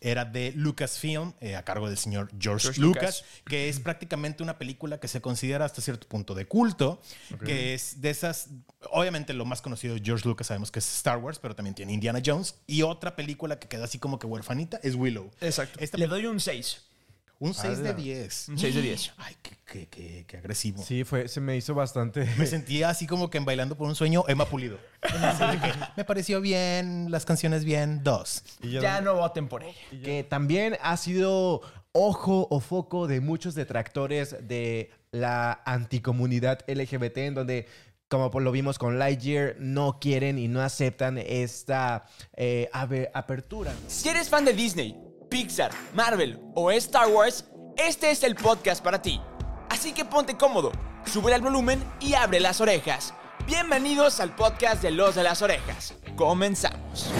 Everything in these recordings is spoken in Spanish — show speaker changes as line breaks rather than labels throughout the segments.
era de Lucasfilm, eh, a cargo del señor George,
George
Lucas,
Lucas.
que es prácticamente una película que se considera hasta cierto punto de culto, que es de esas, obviamente lo más conocido de George Lucas sabemos que es Star Wars, pero también tiene Indiana Jones, y otra película que queda así como que huerfanita es Willow.
Exacto.
Esta-
Este, Le doy un 6.
un 6 de
Ala.
10.
6 de 10.
Ay, qué, qué- qué- qué agresivo.
Sí, fue, se me hizo bastante.
Me sentía así como que en Bailando por un Sueño, Emma Pulido. Así de que, me pareció bien, las canciones bien, dos.
Y yo-
Ya no voten por ella.
que también ha sido ojo o foco de muchos detractores de la anticomunidad LGBT, en donde, como por- lo vimos con Lightyear, no quieren y no aceptan esta eh, abe- apertura.
Si eres fan de Disney, Pixar, Marvel o Star Wars, este es el podcast para ti. Así que ponte cómodo, sube el volumen y abre las orejas. Bienvenidos al podcast de Los de las Orejas. Comenzamos.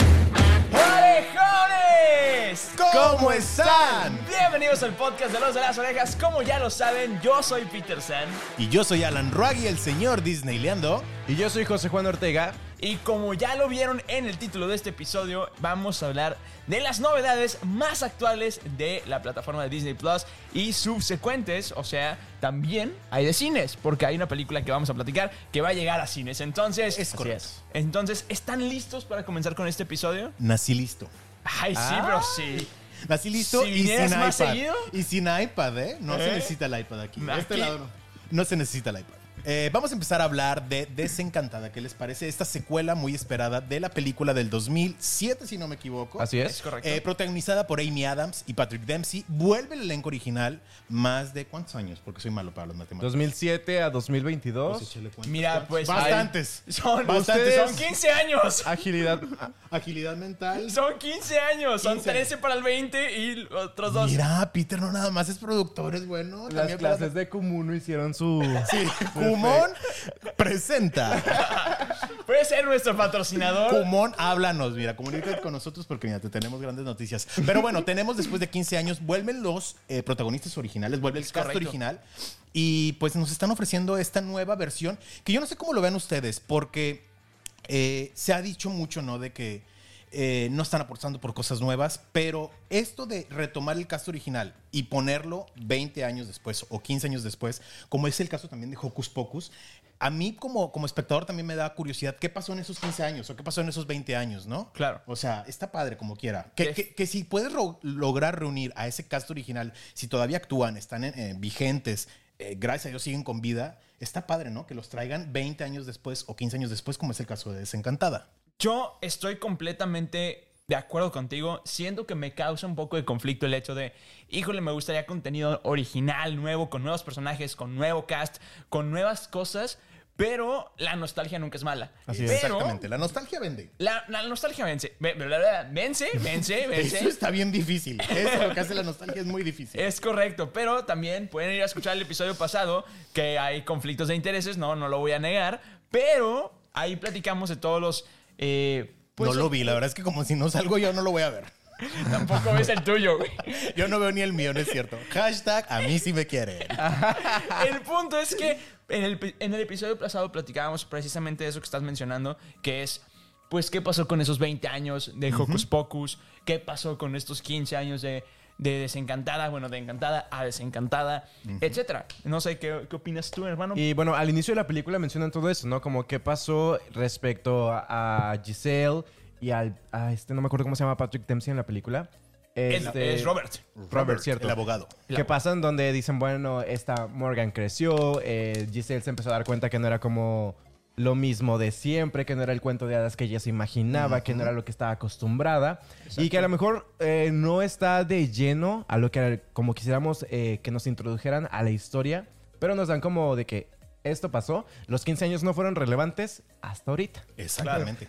¡Orejones!
¿Cómo están?
Bienvenidos al podcast de Los de las Orejas. Como ya lo saben, yo soy Peter San.
Y yo soy Alan Ruagui, el señor Disneyleando.
Y yo soy José Juan Ortega.
Y como ya lo vieron en el título de este episodio, vamos a hablar de las novedades más actuales de la plataforma de Disney Plus y subsecuentes, o sea, también hay de cines, porque hay una película que vamos a platicar que va a llegar a cines. Entonces,
Es correcto.
entonces, ¿están listos para comenzar con este episodio?
Nací listo.
Ay, sí,
Ah.
pero sí.
Nací listo
Si
y sin
vinieras
iPad.
más seguido.
Y sin iPad, ¿eh? No se
¿Eh?
necesita el iPad aquí. De este
Aquí.
lado no. No se necesita el iPad. Eh, vamos a empezar a hablar de Desencantada. ¿Qué les parece? Esta secuela muy esperada de la película del 2007, si no me equivoco.
Así
Es
es.
correcto.
Eh, protagonizada por Amy Adams y Patrick Dempsey, vuelve el elenco original más de cuántos años, porque soy malo para los matemáticos.
2007 a 2022.
Pues échale cuentas.
Mira, pues
Bastantes.
hay- son
Bastantes.
son 15 años.
Agilidad.
Agilidad mental.
Son 15 años, son
15
13 para el 20 y otros dos.
Mira, Peter no nada más es productor, es bueno.
Las
también para-
clases de Kumuno hicieron su. este,
Sí, Kumon presenta.
Puede ser nuestro patrocinador.
Kumon, háblanos, mira, comunícate con nosotros porque mira, te tenemos grandes noticias. Pero bueno, tenemos después de 15 años, vuelven los eh, protagonistas originales, vuelve el
Es
cast
correcto.
original y pues nos están ofreciendo esta nueva versión que yo no sé cómo lo vean ustedes porque eh, se ha dicho mucho, ¿no? De que eh, no están aportando por cosas nuevas, pero esto de retomar el cast original y ponerlo 20 años después o 15 años después, como es el caso también de Hocus Pocus, a mí como, como espectador también me da curiosidad qué pasó en esos 15 años o qué pasó en esos 20 años, ¿no?
Claro.
O sea, está padre como quiera. Que,
Def-
que- que si puedes ro- lograr reunir a ese cast original, si todavía actúan, están en- eh, vigentes, eh, gracias a Dios siguen con vida, está padre, ¿no? Que los traigan 20 años después o 15 años después, como es el caso de Desencantada.
Yo estoy completamente de acuerdo contigo. Siento que me causa un poco de conflicto el hecho de, híjole, me gustaría contenido original, nuevo, con nuevos personajes, con nuevo cast, con nuevas cosas, pero la nostalgia nunca es mala.
Así es.
Pero
Exactamente. La nostalgia vende.
La, la nostalgia vence. Ve- ve- ve- ve- Vence, vence, vence.
Eso está bien difícil. Eso lo que hace la nostalgia es muy difícil.
Es correcto, pero también pueden ir a escuchar el episodio pasado, que hay conflictos de intereses, no, no lo voy a negar, pero ahí platicamos de todos los... eh, pues,
no lo vi, la verdad es que como si no salgo yo no lo voy a ver.
Tampoco ves el tuyo, güey.
Yo no veo ni el mío, no es cierto. Hashtag a mí sí me quieren.
El punto es que en el, en el episodio pasado platicábamos precisamente de eso que estás mencionando, que es, pues, ¿qué pasó con esos 20 años de Hocus Pocus? ¿Qué pasó con estos 15 años de, de Desencantada? Bueno, de Encantada a Desencantada, etcétera. No sé, ¿qué, qué opinas tú, hermano?
Y bueno, al inicio de la película mencionan todo eso, ¿no? Como qué pasó respecto a a Giselle y al. a este, no me acuerdo cómo se llama Patrick Dempsey en la película.
Es-
Este-
es Robert.
Robert, cierto.
El abogado.
que pasan donde dicen, bueno, esta Morgan creció, eh, Giselle se empezó a dar cuenta que no era como lo mismo de siempre, que no era el cuento de hadas que ella se imaginaba, que no era lo que estaba acostumbrada y que a lo mejor eh, no está de lleno a lo que era- como quisiéramos eh, que nos introdujeran a la historia, pero nos dan como de que esto pasó, los 15 años no fueron relevantes hasta ahorita.
Exactamente.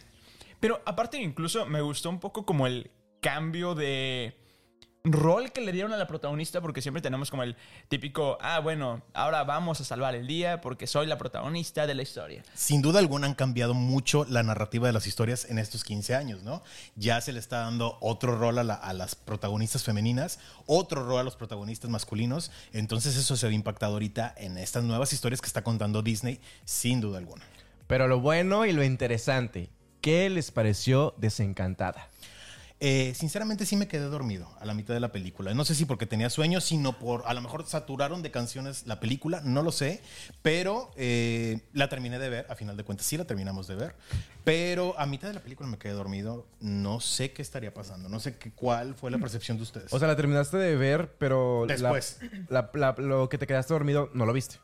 Pero aparte incluso me gustó un poco como el cambio de rol que le dieron a la protagonista porque siempre tenemos como el típico, ah, bueno, ahora vamos a salvar el día porque soy la protagonista de la historia.
Sin duda alguna han cambiado mucho la narrativa de las historias en estos 15 años, ¿no? Ya se le está dando otro rol a, la- a las protagonistas femeninas, otro rol a los protagonistas masculinos. Entonces eso se ve impactado ahorita en estas nuevas historias que está contando Disney, sin duda alguna.
Pero lo bueno y lo interesante, ¿qué les pareció desencantada?
eh, sinceramente sí me quedé dormido a la mitad de la película. No sé si porque tenía sueño, sino por a lo mejor saturaron de canciones la película, no lo sé, pero eh, la terminé de ver, a final de cuentas sí la terminamos de ver, pero a mitad de la película me quedé dormido, no sé qué estaría pasando, no sé qué, cuál fue la percepción de ustedes.
O sea, la terminaste de ver, pero... la-
Después.
la- la- lo que te quedaste dormido no lo viste.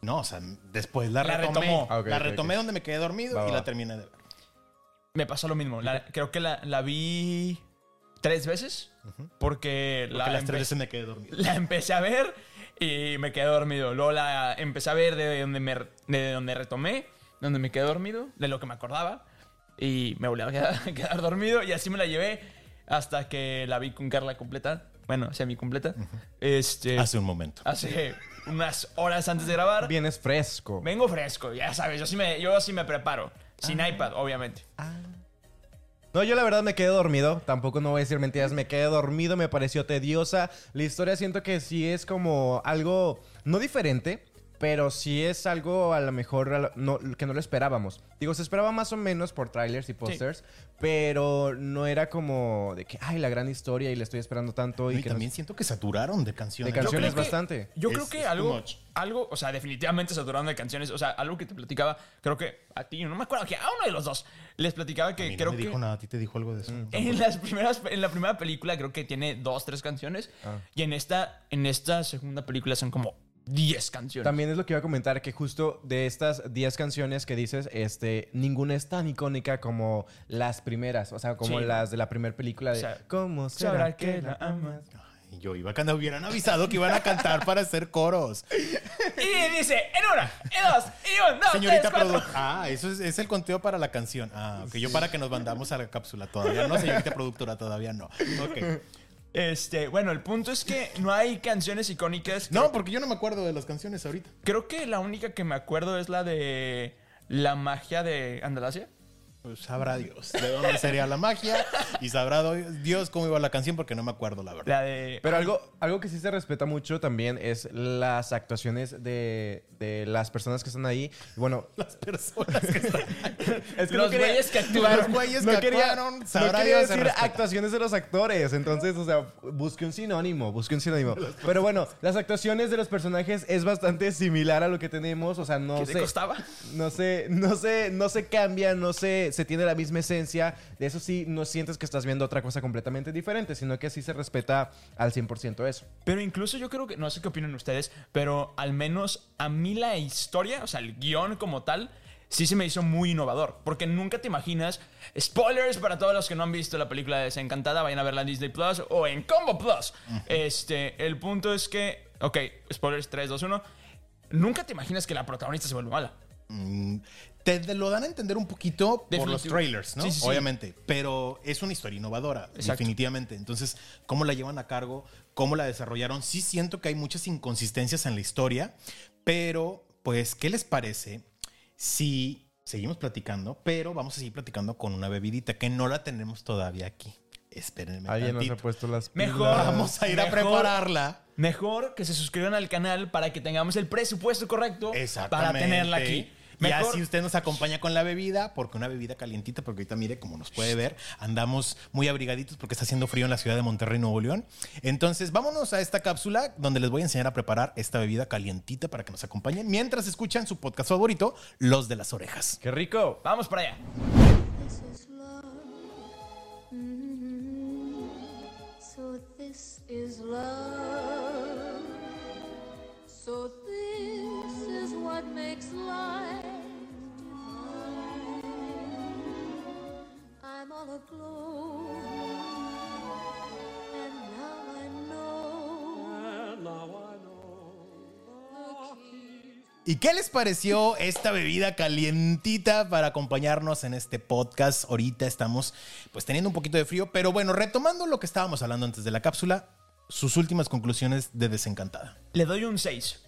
no, o sea, después la,
La
retomé,
retomé.
Ah, ok,
la
ok, ok.
retomé donde me quedé dormido
Va,
y
va.
la terminé de ver.
Me pasó lo mismo. La- creo que la, la vi tres veces porque,
Porque
la,
las tres
empe-
veces me quedé dormido.
la empecé a ver y me quedé dormido. Luego la empecé a ver de donde, me, de donde retomé, donde me quedé dormido, de lo que me acordaba. Y me volví a quedar, quedar dormido y así me la llevé hasta que la vi con Carla completa. Bueno, semi completa. Este,
Hace un momento.
hace unas horas antes de grabar.
Vienes fresco.
Vengo fresco, ya sabes. Yo sí me, yo sí me preparo. Sin
Ah.
iPad, obviamente.
No, yo la verdad me quedé dormido. Tampoco no voy a decir mentiras. Me quedé dormido, me pareció tediosa. La historia siento que sí es como algo, no diferente, pero sí es algo a lo mejor a lo- no- que no lo esperábamos. Digo, se esperaba más o menos por trailers y pósters, pero no era como de que, ay, la gran historia y la estoy esperando tanto. Y,
Y
que no
también
sé-
siento que saturaron de canciones.
De canciones
Yo creo
creo
que-
bastante.
Yo
Es-
creo que
es too
algo,
much.
algo, o sea, definitivamente saturaron de canciones. O sea, algo que te platicaba, creo que a ti, no me acuerdo que a uno de los dos les platicaba
A
que
mí no
creo
me
que Mm.
dijo nada, a ti te dijo algo de eso.
en las primeras, en la primera película creo que tiene dos, tres canciones
Ah.
y en esta, en esta segunda película son como diez canciones.
También es lo que iba a comentar, que justo de estas 10 canciones que dices, este, ninguna es tan icónica como las primeras, o sea, como
Sí.
las de la primera película de
O sea,
¿Cómo será que la amas?
Y yo iba a cantar, hubieran avisado que iban a cantar para hacer coros.
Y dice, en una, en dos, y un, dos,
Señorita
tres, cuatro.
productora. Ah, eso es, es el conteo para la canción. Ah, ok. Yo para que nos mandamos a la cápsula todavía. No, señorita productora, todavía no. Ok.
Este, bueno, el punto es que no hay canciones icónicas.
No, porque yo no me acuerdo de las canciones ahorita.
Creo que la única que me acuerdo es la de la magia de Andalasia.
Pues sabrá Dios de dónde sería la magia y sabrá do- Dios cómo iba la canción porque no me acuerdo la verdad.
La de.
Pero algo, algo que sí se respeta mucho también es las actuaciones de, de las personas que están ahí. Bueno,
Las personas que están
es
Los güeyes que
Los
actuaron.
güeyes
no
que
quería,
actuaron,
no
sabrá
quería
Dios, se
decir
respeta.
actuaciones de los actores. Entonces, o sea, busque un sinónimo, busque un sinónimo. Pero bueno, las actuaciones de los personajes es bastante similar a lo que tenemos. O sea, no
¿Qué
sé.
te costaba?
No se, no se, no se cambia, no se, se tiene la misma esencia. De eso sí, no sientes que estás viendo otra cosa completamente diferente, sino que sí se respeta al 100% eso.
Pero incluso yo creo que. No sé qué opinan ustedes, pero al menos a mí la historia, o sea, el guión como tal, sí se me hizo muy innovador. Porque nunca te imaginas. Spoilers para todos los que no han visto la película de Desencantada, vayan a verla en Disney Plus o en Combo Plus. Este, el punto es que. Ok, spoilers 3, 2, 1. Nunca te imaginas que la protagonista se vuelve mala.
Mm, Te lo dan a entender un poquito por
Definitivo.
los trailers, ¿no?
Sí, sí, sí.
Obviamente. Pero es una historia innovadora,
Exacto.
definitivamente. Entonces, ¿cómo la llevan a cargo? ¿Cómo la desarrollaron? Sí siento que hay muchas inconsistencias en la historia, pero, pues, ¿qué les parece si seguimos platicando? Pero vamos a seguir platicando con una bebidita que no la tenemos todavía aquí. Espérenme
Alguien nos
tantito.
ha puesto las
Mejor.
pilas.
Vamos a ir a
Mejor.
prepararla.
Mejor que se suscriban al canal para que tengamos el presupuesto correcto para tenerla aquí.
Y
Mejor-
así usted nos acompaña con la bebida, porque una bebida calientita, porque ahorita mire, como nos puede ver, andamos muy abrigaditos porque está haciendo frío en la ciudad de Monterrey, Nuevo León. Entonces, vámonos a esta cápsula donde les voy a enseñar a preparar esta bebida calientita para que nos acompañen mientras escuchan su podcast favorito, Los de las Orejas.
¡Qué rico!
Vamos para allá.
This is love. Mm, So this is love. So this is what makes life divine. I'm all aglow. And now I know. The key.
¿Y qué les pareció esta bebida calientita para acompañarnos en este podcast? Ahorita estamos pues teniendo un poquito de frío, pero bueno, retomando lo que estábamos hablando antes de la cápsula, sus últimas conclusiones de Desencantada.
Le doy un 6.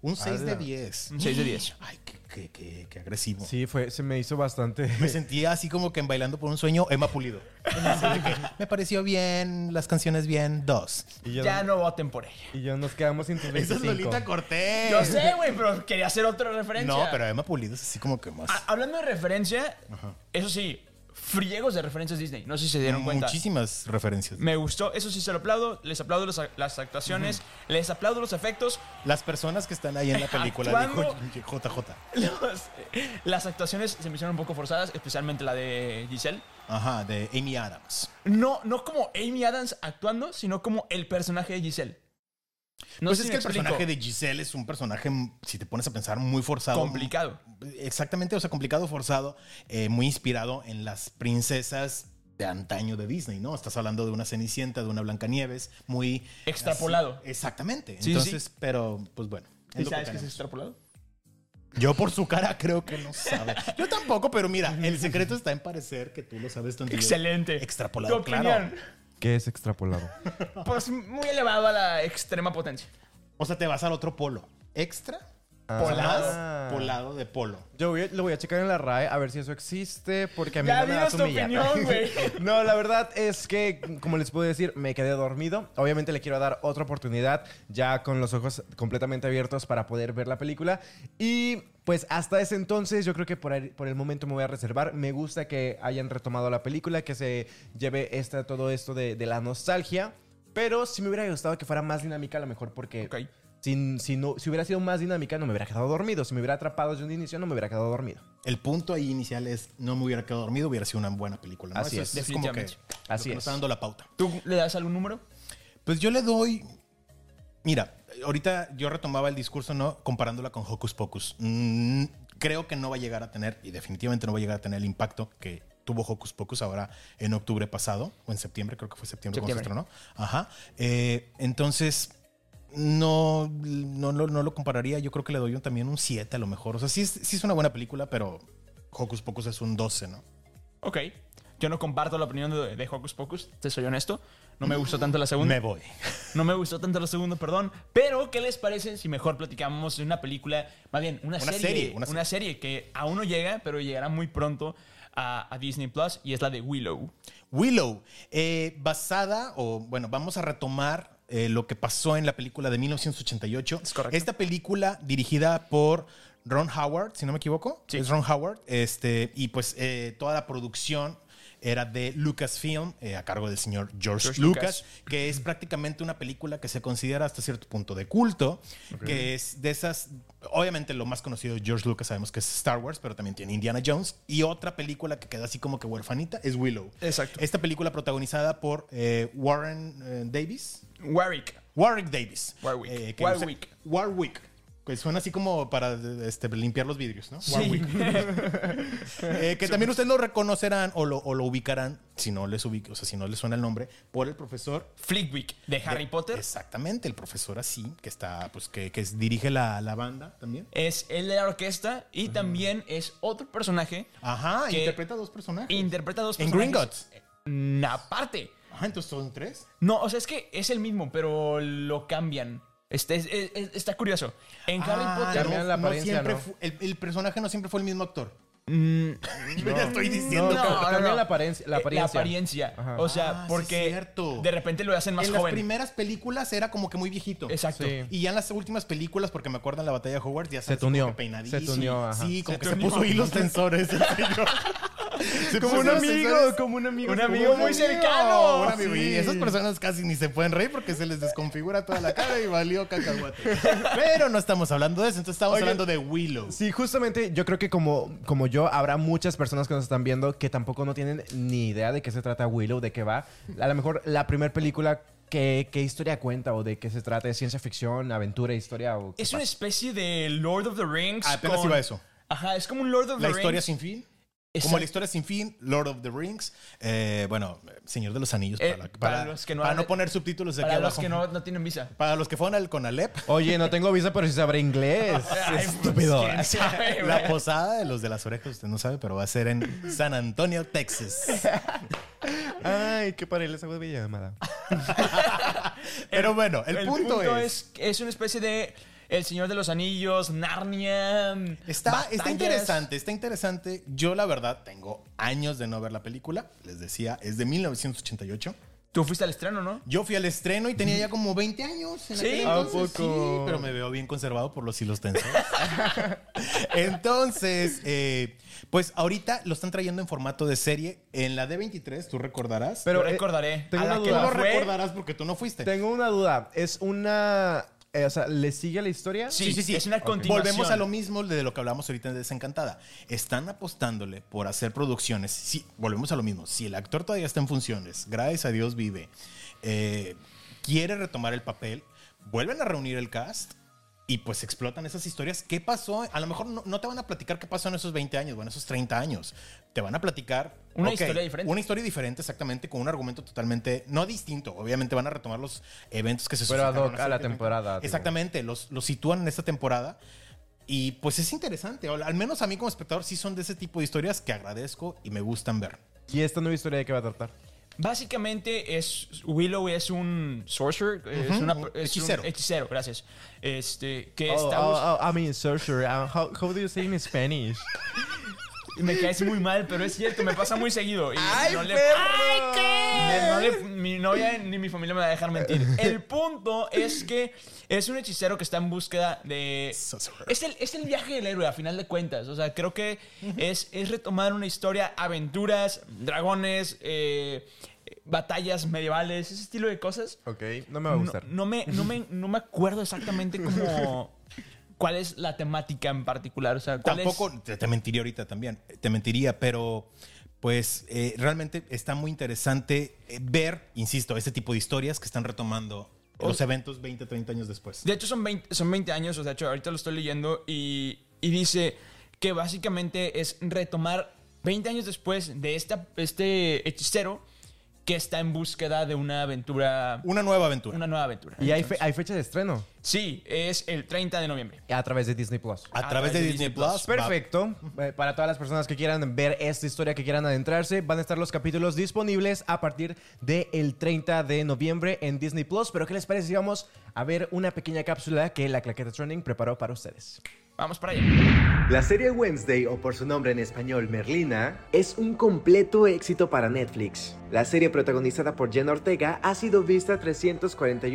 Un 6 de 10.
Un 6 de 10.
Ay, qué, qué- qué- qué agresivo.
Sí, fue, se me hizo bastante.
Me sentía así como que en Bailando por un Sueño, Emma Pulido. Así de que, Me pareció bien, las canciones bien, dos.
Y yo,
Ya no voten por
Eh.
ella.
y yo nos quedamos sin tus
Esa es
25.
Lolita Cortés.
Yo sé, güey, pero quería hacer otra referencia. Ah,
No, pero Emma Pulido es así como que más.
A- hablando de referencia, eso sí, friegos de referencias Disney. No sé si se dieron cuenta.
Muchísimas referencias.
Me gustó, eso sí se lo aplaudo. Les aplaudo los a- las actuaciones, les aplaudo los efectos,
Las personas que están ahí en la película, dijo JJ.
los- las actuaciones se me hicieron un poco forzadas, especialmente la de Giselle.
Ajá, de Amy Adams.
No, no como Amy Adams actuando, sino como el personaje de Giselle. No
pues
sé
es que
si me
el
explico.
personaje de Giselle es un personaje, si te pones a pensar, muy forzado.
complicado.
Exactamente, o sea, complicado, forzado, eh, muy inspirado en las princesas de antaño de Disney, ¿no? Estás hablando de una Cenicienta, de una Blancanieves, muy...
Extrapolado.
así- exactamente.
Sí,
Entonces, pero, pues bueno. es
¿Sí
lo que
sabes que es
tenemos.
extrapolado?
Yo por su cara creo que no sabe. Yo tampoco, pero mira, el secreto está en parecer que tú lo sabes tanto.
Excelente.
Extrapolado,
Tu
claro.
opinión,
¿Qué es extrapolado?
Pues muy elevado a la extrema potencia.
O sea, te vas al otro polo. Extra,
Ah.
polado, polado de polo.
Yo voy a- lo voy a checar en la RAE a ver si eso existe, porque a mí
Ya
no me da
dinos
su
tu
millata.
opinión, güey.
No, la verdad es que, como les puedo decir, me quedé dormido. Obviamente le quiero dar otra oportunidad, ya con los ojos completamente abiertos para poder ver la película. Y pues hasta ese entonces yo creo que por el, por el momento me voy a reservar. Me gusta que hayan retomado la película, que se lleve esta, todo esto de, de la nostalgia. Pero sí me hubiera gustado que fuera más dinámica a lo mejor porque...
Ok.
Si, si no, si hubiera sido más dinámica, no me hubiera quedado dormido. Si me hubiera atrapado desde un inicio, no me hubiera quedado dormido.
El punto ahí inicial es no me hubiera quedado dormido, hubiera sido una buena película. ¿no?
Así
Eso
es,
como que
definitivamente.
lo
Así
que nos
es.
está dando la pauta.
¿Tú le das algún número?
Pues yo le doy. Mira, ahorita yo retomaba el discurso, ¿no? Comparándola con Hocus Pocus. Mm, creo que no va a llegar a tener, y definitivamente no va a llegar a tener el impacto que tuvo Hocus Pocus ahora en octubre pasado, o en septiembre, creo que fue septiembre, cuando se
Septiembre.
estrenó. Ajá. Eh, entonces, no, no, lo- no lo compararía. Yo creo que le doy un- también un 7 a lo mejor. O sea, sí es, sí es una buena película, pero Hocus Pocus es un 12, ¿no?
Ok. Yo no comparto la opinión de, de Hocus Pocus, te soy honesto. No me gustó tanto la segunda.
Me voy.
No me gustó tanto la segunda, perdón. Pero, ¿qué les parece si mejor platicamos de una película, más bien, una,
Una
serie,
serie,
Una,
una
serie que aún no llega, pero llegará muy pronto a, a Disney Plus y es la de Willow.
Willow, eh, basada, o bueno, vamos a retomar eh, lo que pasó en la película de 1988.
Es correcto.
Esta película dirigida por Ron Howard, si no me equivoco.
Sí.
Es Ron Howard. Este, y pues eh, toda la producción era de Lucasfilm, eh, a cargo del señor George,
George
Lucas,
Lucas.
que es prácticamente una película que se considera hasta cierto punto de culto, que es de esas, obviamente lo más conocido de George Lucas sabemos que es Star Wars, pero también tiene Indiana Jones, y otra película que queda así como que huerfanita es Willow.
Exacto.
Esta película protagonizada por eh, Warren eh, Davis.
Warwick.
Warwick Davis.
Warwick.
Eh, que
Warwick.
usa- Warwick. Que suena así como para este, limpiar los vidrios, ¿no? Warwick. Eh, que también ustedes lo reconocerán o lo, o lo ubicarán, si no les ubique, o sea, si no les suena el nombre, por el profesor
Flickwick de Harry
de-
Potter. Es,
Exactamente, el profesor así, que está, pues, que, que es- dirige la, la banda también.
el de la orquesta y también es otro personaje.
Ajá,
Que-
interpreta a dos personajes.
Interpreta a dos
En
personajes.
Gringotts.
Mm, Aparte.
Ajá, entonces son tres.
No, o sea, es que es el mismo, pero lo cambian. Este, es- es- es- está curioso. En Harry Potter.
Ah, no,
Cambian la
no
apariencia,
siempre
¿no?
fu- el, el personaje no siempre fue el mismo actor.
Mm,
Yo ya estoy
No,
diciendo.
ca- cambian la apariencia- la
Eh,
apariencia.
apariencia.
Ajá.
O sea,
Ah, sí
porque
es cierto.
de repente lo hacen más
en las
joven.
primeras películas era como que muy viejito.
Exacto.
Sí.
Y ya en las últimas películas, porque me acuerdo en la batalla de Hogwarts, ya
Se
sabes, como
tuneó.
que peinadísimo.
Se tuneó, ajá.
Sí, como
Se
que
tuneó.
se puso hilos tensores. el señor. Se
Como
puso
un
hilos
amigo,
tensores.
como un amigo.
Un
como
amigo muy cercano.
Un amigo.
Sí.
Y esas personas casi ni se pueden reír porque se les desconfigura toda la cara y valió cacahuate. Pero no estamos hablando de eso, entonces estamos
Oigan,
hablando de Willow.
Sí, justamente yo creo que como, como yo, habrá muchas personas que nos están viendo que tampoco no tienen ni idea de qué se trata Willow, de qué va. A lo mejor la primera película, ¿qué, qué historia cuenta o de qué se trata? ¿Es ciencia ficción, aventura, historia o qué
Es una
pasa?
especie de Lord of the Rings.
Ah, Apenas
con-
iba a eso.
Ajá, es como un Lord of
La
the
historia
Rings.
sin fin.
Exacto.
Como la historia sin fin, Lord of the Rings, eh, bueno, Señor de los Anillos,
Eh,
para,
para
para-
los que no
para
hablen-
no poner subtítulos aquí
Para los
abajo.
que no, no tienen visa.
Para los que fueron al Conalep,
Oye, no tengo visa, pero sí sabré inglés.
Ay, pues,
Estúpido.
¿quién sabe,
la
güey?
posada de los de las orejas, usted no sabe, pero va a ser en San Antonio, Texas.
Ay, qué para esa web llamada.
Pero bueno, el, punto, es...
es... es una especie de El Señor de los Anillos, Narnia.
Está, está
batallas.
interesante, está interesante. Yo la verdad tengo años de no ver la película, les decía, es de 1988.
Tú fuiste al estreno, ¿no?
Yo fui al estreno y tenía ya como 20 años. En
Sí,
aquel
¿a
entonces.
poco?
Sí, pero me veo bien conservado por los hilos tensos. entonces, eh, pues ahorita lo están trayendo en formato de serie. En la D23, tú recordarás.
Pero
Pero, eh,
recordaré.
tengo
a la
una
que
tú
duda.
no
lo
fue,
recordarás porque tú no fuiste.
Tengo una duda. ¿Es una. eh, o sea, ¿le sigue la historia?
Sí, es una continuación.
Volvemos a lo mismo de lo que hablamos ahorita en Desencantada. Están apostándole por hacer producciones. Sí, volvemos a lo mismo. Si el actor todavía está en funciones, gracias a Dios vive, eh, quiere retomar el papel, vuelven a reunir el cast y pues explotan esas historias. ¿Qué pasó? A lo mejor no, no te van a platicar qué pasó en esos 20 años, bueno, esos 30 años. Te van a platicar
Una
ok,
historia diferente.
Una historia diferente, exactamente, con un argumento totalmente no distinto. Obviamente van a retomar los eventos que se
Pero ad
suscitaron
hoc
hace
a la
20, 30.
temporada, tipo.
Exactamente, los, los sitúan en esta temporada. Y pues es interesante, o al menos a mí como espectador sí son de ese tipo de historias que agradezco y me gustan ver.
¿Y esta nueva historia de qué va a tratar?
Básicamente es Willow es un sorcerer, es,
Ujú,
una-
un
es
hechicero.
un hechicero, gracias. Este que
Oh,
está bus-
oh, oh, I mean, sorcerer. Uh, how, how do you say in Spanish?
oh.
me caes muy mal, pero es cierto, me pasa muy seguido y no le
qué!
No le- mi novia ni mi familia me va a dejar mentir. El punto es que es un hechicero que está en búsqueda de...
Sorcerer.
Es el, es el viaje del héroe, a final de cuentas. O sea, creo que es, es retomar una historia, aventuras, dragones, eh, eh, batallas medievales, ese estilo de cosas.
Ok, no me va a gustar.
No, no me, no, me, no me acuerdo exactamente cómo... ¿Cuál es la temática en particular? O sea, ¿cuál es-
Tampoco, te, te mentiría ahorita también, te mentiría, pero pues eh, realmente está muy interesante eh, ver, insisto, este tipo de historias que están retomando los eventos 20, 30 años después.
De hecho, son 20, son 20 años, o sea, de hecho, ahorita lo estoy leyendo y, y dice que básicamente es retomar 20 años después de esta, este hechicero que está en búsqueda de una aventura,
Una nueva aventura.
una nueva aventura.
Y hay, fe-
Entonces,
hay fecha de estreno
Sí, es el 30 de noviembre.
a través de Disney Plus.
a, través de, Disney Plus. va-
Perfecto. Eh, Para todas las personas que quieran ver esta historia, que quieran adentrarse, van a estar los capítulos disponibles a partir del 30 de noviembre en Disney Plus. Pero, ¿qué les parece si vamos a ver una pequeña cápsula que la Claqueta Trending preparó para ustedes?
Vamos para allá.
La serie Wednesday, o por su nombre en español Merlina, es un completo éxito para Netflix. La serie protagonizada por Jenna Ortega ha sido vista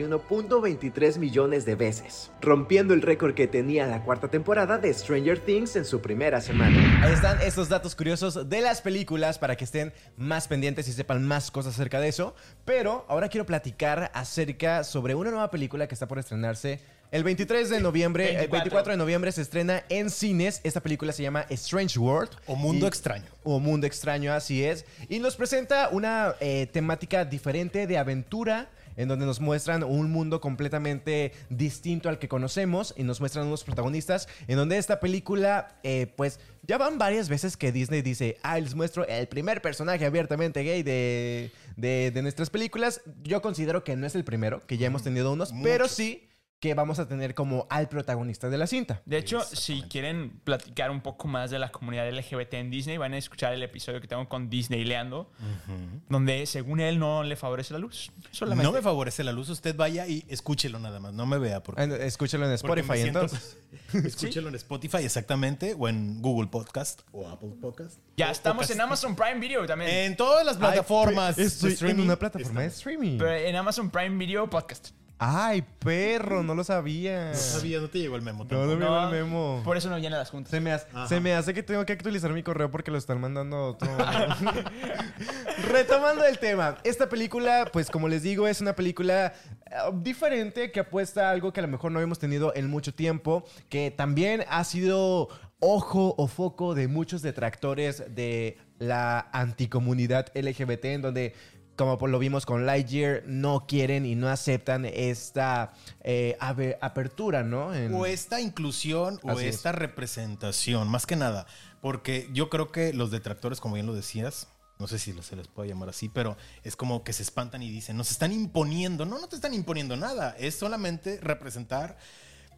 341.23 millones de veces, rompiendo el récord que tenía la cuarta temporada de Stranger Things en su primera semana.
Ahí están estos datos curiosos de las películas para que estén más pendientes y sepan más cosas acerca de eso. Pero ahora quiero platicar acerca sobre una nueva película que está por estrenarse el 23 de noviembre. eh, El 24 de noviembre se estrena en cines. Esta película se llama Strange World.
O Mundo
Y-
Extraño.
O Mundo Extraño, así es. Y nos presenta una eh, temática diferente de aventura. En donde nos muestran un mundo completamente distinto al que conocemos y nos muestran unos protagonistas. En donde esta película, eh, pues ya van varias veces que Disney dice: Ah, les muestro el primer personaje abiertamente gay de, de, de nuestras películas. Yo considero que no es el primero, que ya
Mm,
hemos tenido unos, pero sí que vamos a tener como al protagonista de la cinta.
De hecho, si quieren platicar un poco más de la comunidad LGBT en Disney, van a escuchar el episodio que tengo con Disney Leando, donde según él no le favorece la luz. Solamente.
No me favorece la luz, usted vaya y escúchelo nada más, no me vea porque...
Eh, Escúchalo en
Porque me
Spotify
siento-
entonces.
Escúchelo en Spotify, exactamente, o en Google Podcast o Apple Podcast.
ya estamos en Amazon Prime Video también.
En todas las plataformas. de
Ay, estoy en
streaming.
una plataforma de streaming.
Pero en Amazon Prime Video Podcast.
Ay, perro, no lo sabía.
No sabía, no te llegó el memo.
No, no
tampoco.
me llegó el memo.
Por eso no vienen a las juntas.
Se me, hace, se me hace que tengo que actualizar mi correo porque lo están mandando a otro. Retomando el tema, esta película, pues como les digo, es una película eh, diferente que apuesta a algo que a lo mejor no habíamos tenido en mucho tiempo, que también ha sido ojo o foco de muchos detractores de la anticomunidad LGBT, en donde como por- lo vimos con Lightyear, no quieren y no aceptan esta eh, abe- apertura, ¿no? En-
Pues,
O esta inclusión o
Así es.
esta representación, más que nada. Porque yo creo que los detractores, como bien lo decías, no sé si se les puede llamar así, pero es como que se espantan y dicen, nos están imponiendo. No, no te están imponiendo nada. Es solamente representar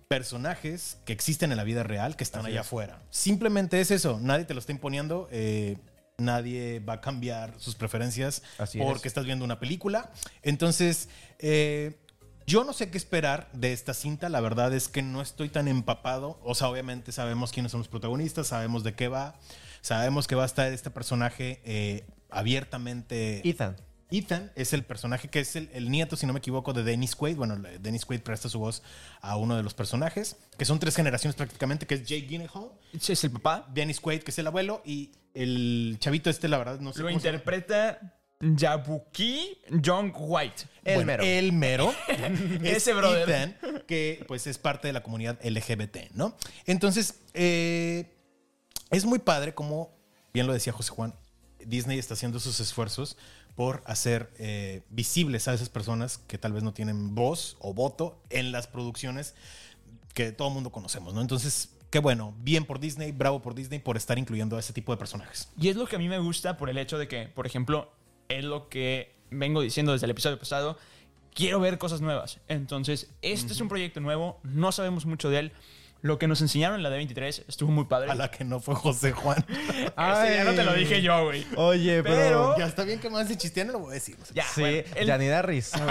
personajes que existen en la vida real, que están allá afuera. Simplemente es eso. Nadie te lo está imponiendo. eh, nadie va a cambiar sus preferencias
Así es.
porque estás viendo una película. Entonces, eh, yo no sé qué esperar de esta cinta. La verdad es que no estoy tan empapado. O sea, obviamente sabemos quiénes son los protagonistas, sabemos de qué va, sabemos que va a estar este personaje eh, abiertamente.
Ethan.
Ethan es el personaje que es el, el nieto, si no me equivoco, de Dennis Quaid. Bueno, le- Dennis Quaid presta su voz a uno de los personajes, que son tres generaciones prácticamente, que es Jake Gyllenhaal,
Es el papá.
Dennis Quaid, que es el abuelo, y el chavito este, la verdad, no sé
Lo
cómo se llama.
interpreta Jabuki John White.
El
Bueno,
mero.
El mero. es
Ese brother.
Ethan, que pues es parte de la comunidad LGBT, ¿no? Entonces, eh, es muy padre como, bien lo decía José Juan, Disney está haciendo sus esfuerzos por hacer eh, visibles a esas personas que tal vez no tienen voz o voto en las producciones que todo el mundo conocemos, ¿no? Entonces, qué bueno, bien por Disney, bravo por Disney por estar incluyendo a ese tipo de personajes.
Y es lo que a mí me gusta por el hecho de que, por ejemplo, es lo que vengo diciendo desde el episodio pasado. Quiero ver cosas nuevas. Entonces, este es un proyecto nuevo, no sabemos mucho de él. Lo que nos enseñaron en la D23 estuvo muy padre.
A la que no fue José Juan.
Ese ya no te lo
Ay.
dije yo, güey.
Oh.
Oye,
Pero-
pero...
ya está bien que más de chistean, lo voy a decir.
Oh. Ya,
Sí,
bueno, el-
ya ni da risa,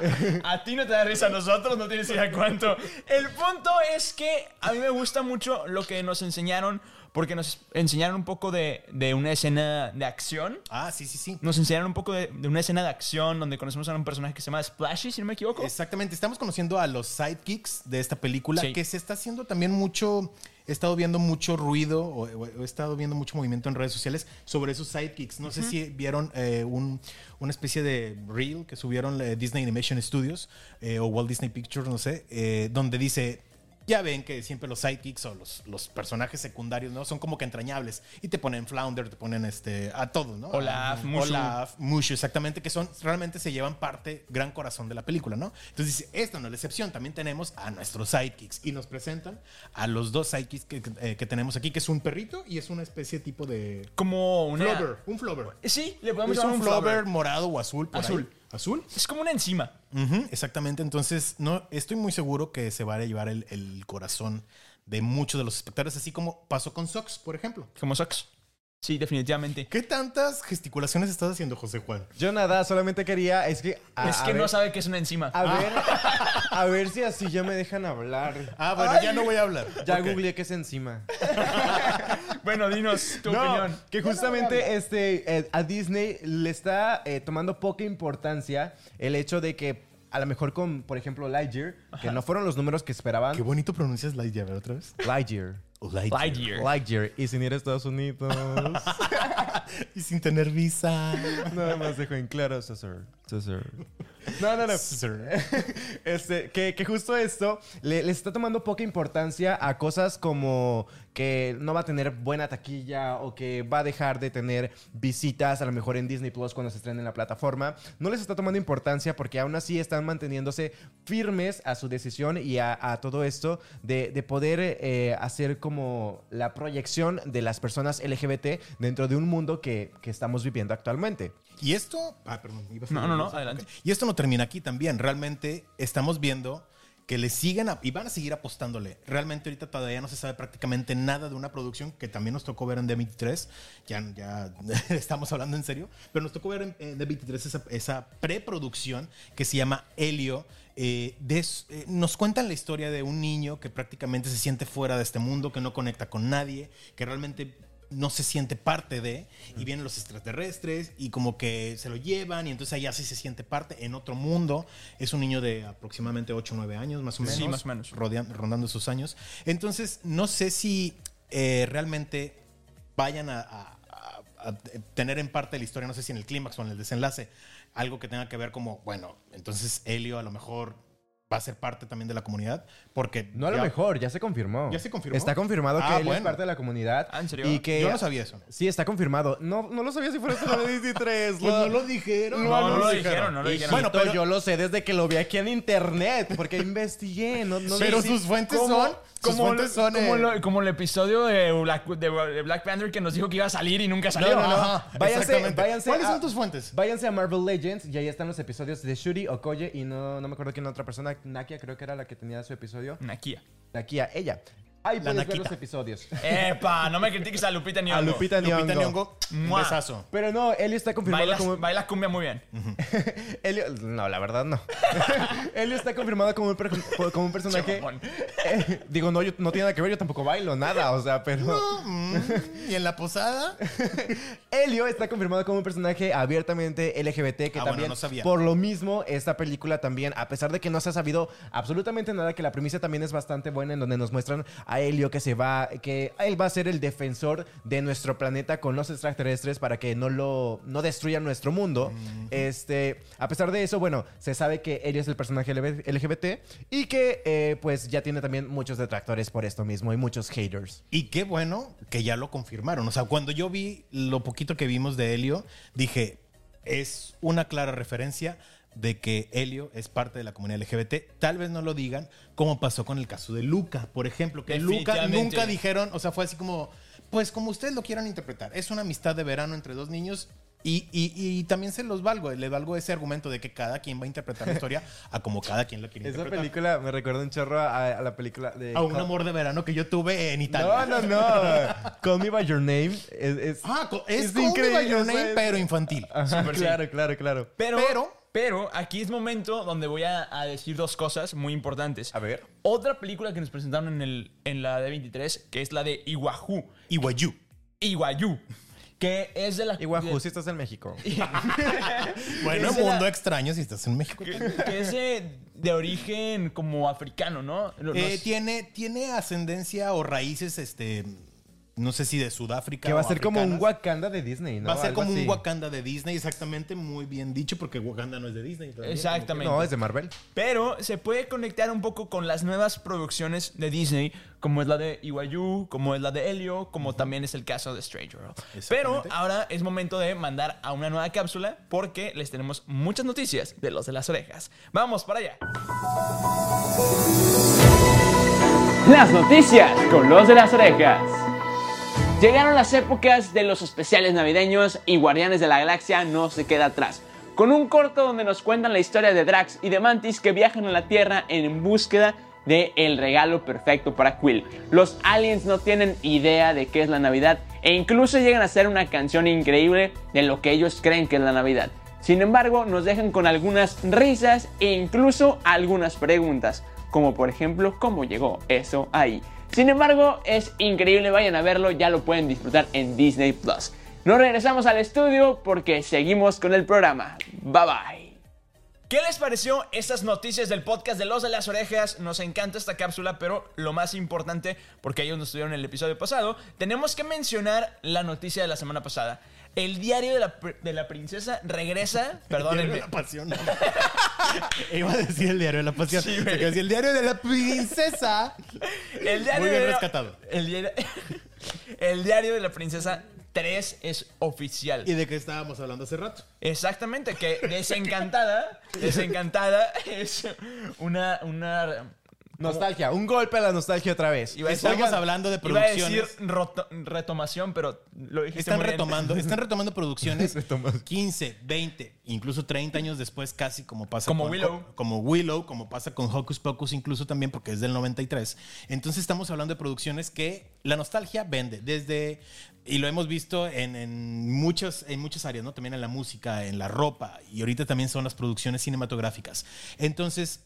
güey.
A ti no te da risa, a nosotros no tienes idea cuánto. El punto es que a mí me gusta mucho lo que nos enseñaron, porque nos enseñaron un poco de, de una escena de acción.
Ah, sí, sí, sí.
Nos enseñaron un poco de, de una escena de acción donde conocemos a un personaje que se llama Splashy, si no me equivoco.
Exactamente, estamos conociendo a los sidekicks de esta película,
Sí.
que se está haciendo también mucho, he estado viendo mucho ruido o, o- o he estado viendo mucho movimiento en redes sociales sobre esos sidekicks. No sé si vieron eh, un- una especie de reel que subieron eh, Disney Animation Studios eh, o Walt Disney Pictures, no sé, eh, donde dice... Ya ven que siempre los sidekicks o los, los personajes secundarios, ¿no? Son como que entrañables. Y te ponen Flounder, te ponen este, a todos, ¿no?
Olaf,
A-
Mushu.
Olaf, mucho exactamente, que son realmente se llevan parte, gran corazón de la película, ¿no? Entonces dice, esta no es la excepción, también tenemos a nuestros sidekicks y nos presentan a los dos sidekicks que, eh, que tenemos aquí, que es un perrito y es una especie tipo de...
Como una...
Flubber, un flubber.
Sí, le podemos
Es
llamar
un flubber morado o azul. por
Azul.
ahí. Azul.
Es como una enzima.
Ujú, exactamente, entonces no, estoy muy seguro que se va a llevar el, el corazón de muchos de los espectadores, así como pasó con Sox, por ejemplo.
Como Sox. Sí, definitivamente.
¿Qué tantas gesticulaciones estás haciendo, José Juan?
Yo nada, solamente quería... Es que... a-
es
a
que no Ah.
ver-
sabe que es una enzima.
A ver, a ver si así ya me dejan hablar.
Ah, bueno, ya no voy a hablar.
Ya
Ok.
googleé que es encima.
Bueno, dinos tu opinión.
que justamente este, eh, a Disney le está eh, tomando poca importancia el hecho de que a lo mejor con, por ejemplo, Lightyear, que no fueron los números que esperaban.
Qué bonito pronuncias Lightyear, ¿verdad? otra vez.
Lightyear.
Lightyear.
Lightyear. Y sin ir a Estados Unidos.
Y sin tener visa.
Nada más dejo en claro, César. César. No, no, no. Este, que, que justo esto le, les está tomando poca importancia a cosas como que no va a tener buena taquilla o que va a dejar de tener visitas a lo mejor en Disney Plus cuando se estrene en la plataforma. No les está tomando importancia porque aún así están manteniéndose firmes a su decisión y a, a todo esto de, de poder eh, hacer como la proyección de las personas LGBT dentro de un mundo que, que estamos viviendo actualmente.
Y esto. Ah, perdón. ibas a-
No, no, no, adelante.
Y esto no termina aquí también. Realmente estamos viendo que le siguen a- y van a seguir apostándole. Realmente ahorita todavía no se sabe prácticamente nada de una producción que también nos tocó ver en D23. Ya, ya estamos hablando en serio. Pero nos tocó ver en, en D23 esa, esa preproducción que se llama Helio. Eh, de s- eh, nos cuentan la historia de un niño que prácticamente se siente fuera de este mundo, que no conecta con nadie, que realmente no se siente parte de, y vienen los extraterrestres y como que se lo llevan y entonces allá sí se siente parte en otro mundo. Es un niño de aproximadamente 8 o 9 años, más o menos.
Sí, más o menos.
rodean- rondando sus años. Entonces, no sé si eh, realmente vayan a, a- a- a tener en parte de la historia, no sé si en el clímax o en el desenlace, algo que tenga que ver como, bueno, entonces Helio a lo mejor va a ser parte también de la comunidad, porque...
No a lo
ya-
mejor, ya se confirmó.
¿Ya se confirmó?
Está confirmado que
Ah,
él es
bueno.
parte de la comunidad.
Ah, ¿en serio?
Y que
Yo no sabía eso.
Sí, está confirmado. No, no lo sabía si fuera solo de Disney 3.
Pues no lo dijeron.
No, no lo dijeron, no lo
Hijito,
dijeron.
Bueno, pero-
yo lo sé desde que lo vi aquí en internet, porque investigué. No, no
Pero
sé si-
sus fuentes
Como-
son. Sus
como,
fuentes son.
como
eh,
lo- como el episodio de Black, de Black Panther que nos dijo que iba a salir y nunca
No,
salió.
no, no.
Ajá,
váyanse,
exactamente.
váyanse
¿Cuáles
a-
son tus fuentes?
Váyanse a Marvel Legends y ahí están los episodios de Shuri, Okoye y no, no me acuerdo quién otra persona. Nakia creo que era la que tenía su episodio.
Nakia.
de aquí a ella. Ahí
Mm. La
puedes ver
naquita.
los episodios.
¡Epa! No me critiques a Lupita Nyong'o.
A Lupita
Lupita
Nyong'o.
Nyong'o, un
Mua.
besazo.
Pero no, Elio está confirmado
Baila,
como...
baila cumbia muy bien.
Elio- No, la verdad no. Elio está confirmado como un, per- como un personaje...
Chimamón.
Eh, digo, no, yo, no tiene nada que ver, yo tampoco bailo, nada, o sea, pero...
Mm, y en la posada,
Helio está confirmado como un personaje abiertamente LGBT que
Ah, bueno,
también
no sabía.
por lo mismo esta película también a pesar de que no se ha sabido absolutamente nada que la premisa también es bastante buena en donde nos muestran a Helio que se va que él va a ser el defensor de nuestro planeta con los extraterrestres para que no lo no destruyan nuestro mundo. Este, a pesar de eso, bueno, se sabe que Helio es el personaje LGBT y que eh, pues ya tiene también muchos detractores por esto mismo y muchos haters.
Y qué bueno que ya lo confirmaron. O sea, cuando yo vi lo poquito que vimos de Helio, dije, es una clara referencia de que Helio es parte de la comunidad LGBT. Tal vez no lo digan, como pasó con el caso de Luca, por ejemplo, que Luca
Definitivamente.
nunca dijeron, o sea, fue así como, pues como ustedes lo quieran interpretar, es una amistad de verano entre dos niños. Y, y- y también se los valgo, le valgo ese argumento de que cada quien va a interpretar la historia a como cada quien la quiere
Esa
interpretar.
película me recuerda un chorro a, a la película de...
A un amor de verano que yo tuve en Italia.
No, no, no. Call Me By Your Name es... es-
Ah, co- es,
Es
como
increíble,
By Your
o sea,
Name,
es-
pero infantil.
Ajá,
Súper sí.
claro, claro, claro.
Pero,
Pero-
pero, aquí es momento donde voy a, a decir dos cosas muy importantes.
A ver.
Otra película que nos presentaron en, el, en la D23, que es la de Iguajú.
Y Wayu.
Iguayú. Que es de la...
Iguajú,
de-
si estás en México.
Bueno,
Es de la-
mundo extraño si estás en México.
que, que es de, de origen como africano, ¿no? Lo-
Eh,
los-
tiene, tiene ascendencia o raíces, este, no sé si de Sudáfrica.
Que va a
o
ser como un
africanas.
Wakanda de Disney, ¿no?
Va a ser
Algo
como un
así.
Wakanda de Disney, exactamente, muy bien dicho, porque Wakanda no es de Disney. también.
Exactamente.
No, es de Marvel.
Pero se puede conectar un poco con las nuevas producciones de Disney, como es la de Iwayu, como es la de Helio, como también es el caso de Stranger World. Pero
Exactamente.
ahora es momento de mandar a una nueva cápsula porque les tenemos muchas noticias de los de las orejas. Vamos para allá.
Las noticias con los de las orejas. Llegaron las épocas de los especiales navideños y Guardianes de la Galaxia no se queda atrás. Con un corto donde nos cuentan la historia de Drax y de Mantis que viajan a la Tierra en búsqueda de el regalo perfecto para Quill. Los aliens no tienen idea de qué es la Navidad e incluso llegan a hacer una canción increíble de lo que ellos creen que es la Navidad. Sin embargo, nos dejan con algunas risas e incluso algunas preguntas, como por ejemplo, ¿cómo llegó eso ahí? Sin embargo, es increíble, vayan a verlo, ya lo pueden disfrutar en Disney Plus. Nos regresamos al estudio porque seguimos con el programa. Bye bye.
¿Qué les pareció estas noticias del podcast de Los de las Orejas? Nos encanta esta cápsula, pero lo más importante, porque ellos nos estuvieron en el episodio pasado, tenemos que mencionar la noticia de la semana pasada. El diario de la, pr- de la princesa regresa,
Diario
perdónenme,
de la pasión. ¿no? Iba a decir el diario de la pasión.
Sí,
Se
güey.
quedó así, el diario de la princesa.
El diario
Muy bien
de la-
rescatado.
El diario, el diario de la princesa 3 es oficial.
¿Y de qué estábamos hablando hace rato?
Exactamente, que desencantada, desencantada es una... una
Nostalgia, un golpe a la nostalgia otra vez.
iba a decir-
Estamos hablando de
Iba a decir
producciones.
roto- retomación, pero lo dijiste
Están
muy bien.
retomando, están retomando producciones 15, 20, incluso 30 años después, casi como pasa
Como
con
Willow.
co- como Willow, como pasa con Hocus Pocus, incluso también porque es del 93. Entonces estamos hablando de producciones que la nostalgia vende desde y lo hemos visto en, en muchos en muchas áreas, no, también en la música, en la ropa y ahorita también son las producciones cinematográficas. Entonces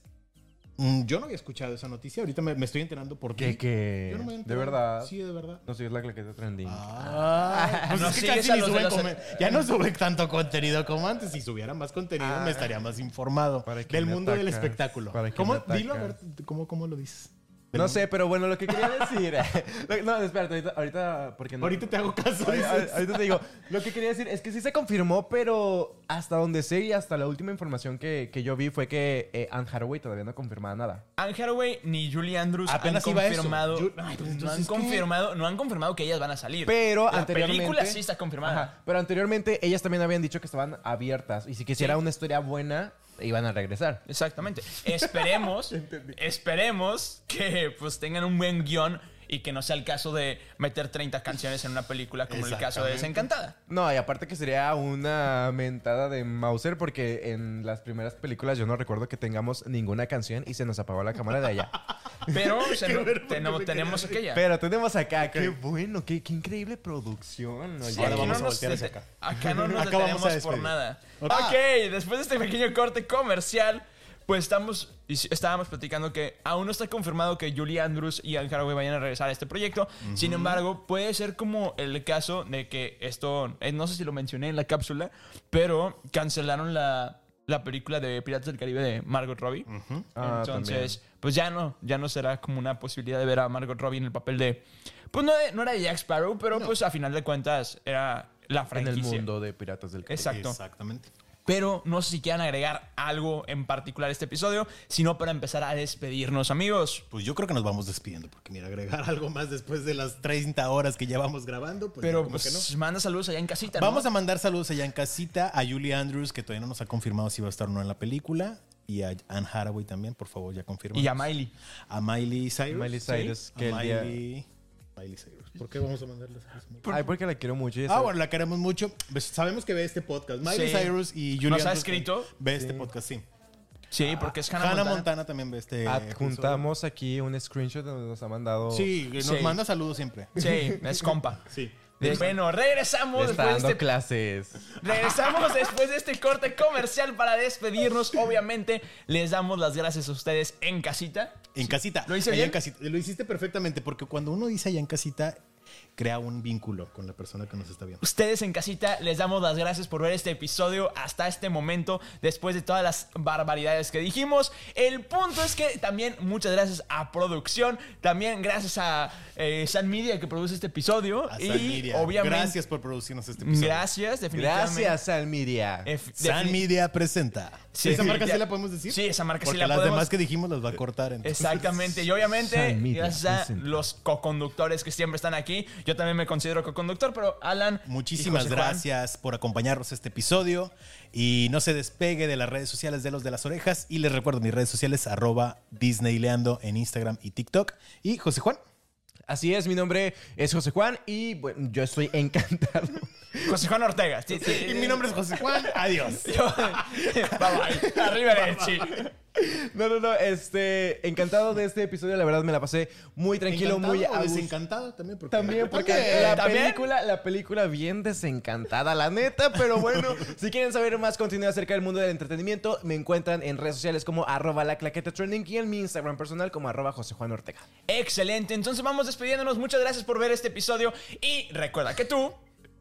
mm, yo no había escuchado esa noticia, ahorita me, me estoy enterando por
¿Qué,
ti.
qué?
Yo no me había
¿De
enterado.
verdad?
Sí, de verdad.
No sé, es la que está trending.
Ah, pues
No
es que
sigues
casi
a
ni
los de
suben
los-
come- ya no sube tanto contenido como antes. Si subiera más contenido,
Ah.
me estaría más informado
¿Para qué
del
me
mundo del
atacas?
espectáculo.
¿Para qué
¿Cómo?
me
Dilo a ver,
atacas?
¿cómo, cómo lo dices?
No sé, pero bueno, lo que quería decir. lo- no, espérate, ahorita, ahorita porque no.
Ahorita te hago caso.
Ahori-
dices.
ahor- ahorita te digo, lo que quería decir es que sí se confirmó, pero hasta donde sé y hasta la última información que, que yo vi fue que eh, Anne Hathaway todavía no confirmaba nada.
Anne Hathaway ni Julie Andrews
Apenas
han
iba eso.
confirmado,
Yo- Ay, pues
no, han
entonces, ¿qué?
confirmado no han confirmado que ellas van a salir.
Pero
la
anteriormente.
película sí está confirmada.
Ajá, pero anteriormente ellas también habían dicho que estaban abiertas y si quisiera una historia buena, iban a regresar.
Exactamente. Esperemos, esperemos que pues tengan un buen guión y que no sea el caso de meter 30 canciones en una película como el caso de Desencantada.
No, y aparte que sería una mentada de Mauser porque en las primeras películas yo no recuerdo que tengamos ninguna canción y se nos apagó la cámara de allá.
Pero o sea, no- tenemos, tenemos aquella.
Pero tenemos acá, qué bueno, qué, qué increíble producción. oye.
Sí,
Ahora
aquí
vamos
no
a
nos
voltear hacia
dete-
acá.
Acá no nos
Acá vamos a
detenemos por
despedir.
nada.
Ok.
Ok, después de este pequeño corte comercial, pues estamos y si- estábamos platicando que aún no está confirmado que Julie Andrews y Anne Haraway vayan a regresar a este proyecto. Sin embargo, puede ser como el caso de que esto, eh, no sé si lo mencioné en la cápsula, pero cancelaron la, la película de Piratas del Caribe de Margot Robbie.
Ah,
Entonces, pues ya no, ya no será como una posibilidad de ver a Margot Robbie en el papel de. Pues no, de- no era de Jack Sparrow, pero pues a final de cuentas era la
en el
franquicia.
mundo de Piratas del Caribe.
Exacto.
Exactamente.
Pero no sé si quieran agregar algo en particular a este episodio, sino para empezar a despedirnos, amigos.
Pues yo creo que nos vamos despidiendo, porque mira, agregar algo más después de las 30 horas que llevamos grabando, pues
Pero
como que no.
pues manda saludos allá en casita. ¿no?
Vamos a mandar saludos allá en casita a Julie Andrews, que todavía no nos ha confirmado si va a estar o no en la película, y a Anne Haraway también, por favor, ya confirma.
Y a Miley.
A Miley Cyrus.
Miley Cyrus,
Sí,
que
a
el día-
Miley... Miley Cyrus. ¿Por qué vamos a mandarle saludos a Miley?
Ay, porque la quiero mucho. y
Ah,
esa-
bueno, la queremos mucho. Pues sabemos que ve este podcast. Miley
Sí.
Cyrus y Julie
Nos ha
Andrews
escrito.
Ve este podcast, sí.
Sí, porque es Hannah,
Hannah Montana.
Montana.
también ve este
Adjuntamos aquí un screenshot donde nos ha mandado.
episodio. Sí, nos
Sí.
manda saludos siempre.
Sí, es compa.
Sí.
Bueno, regresamos
Le está
después
dando
de este
clases.
Regresamos después de este corte comercial para despedirnos. Obviamente, les damos las gracias a ustedes en casita.
En casita.
¿Lo hice
Allá
bien?
en casita. Lo hiciste perfectamente porque cuando uno dice allá en casita, crea un vínculo con la persona que nos está viendo.
Ustedes en casita, les damos las gracias por ver este episodio hasta este momento, después de todas las barbaridades que dijimos. El punto es que también muchas gracias a producción, también gracias a eh, San Media que produce este episodio.
A
y
San Media.
obviamente.
Gracias por producirnos este episodio.
Gracias, definitivamente.
Gracias, Almiria.
Ef-
San
defini-
Media presenta.
Sí,
¿Esa
sí,
marca
ya-
sí la podemos decir?
Sí, esa marca sí
Porque
la
las
podemos-
demás que dijimos las va a cortar. entonces.
Exactamente, y obviamente,
San Media
gracias a
presenta.
los coconductores que siempre están aquí. Yo también me considero coconductor, pero Alan. y
Muchísimas
José Juan,
gracias por acompañarnos este episodio y no se despegue de las redes sociales de los de las orejas y les recuerdo mis redes sociales arroba disneyleando en Instagram y TikTok y José Juan.
Así es, mi nombre es José Juan y bueno, yo estoy encantado.
José Juan Ortega. Sí, sí.
Y mi nombre es José Juan, adiós.
Yo- bye bye. Arriba de Chi.
No, no, no, este, encantado de este episodio, la verdad me la pasé muy tranquilo, muy a gusto.
desencantado también. Porque
También porque
También,
la
también.
película, la película bien desencantada, la neta, pero bueno, si quieren saber más contenido acerca del mundo del entretenimiento, me encuentran en redes sociales como arroba la claqueta trending y en mi Instagram personal como arroba José Juan Ortega.
Excelente, entonces vamos despidiéndonos. Muchas gracias por ver este episodio. Y recuerda que tú